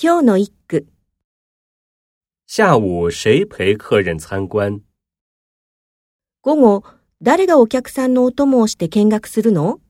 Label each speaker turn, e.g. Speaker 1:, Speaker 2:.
Speaker 1: 今日の一句、
Speaker 2: 下午谁陪客人参观？
Speaker 1: 午後、誰がお客さんのお供をして見学するの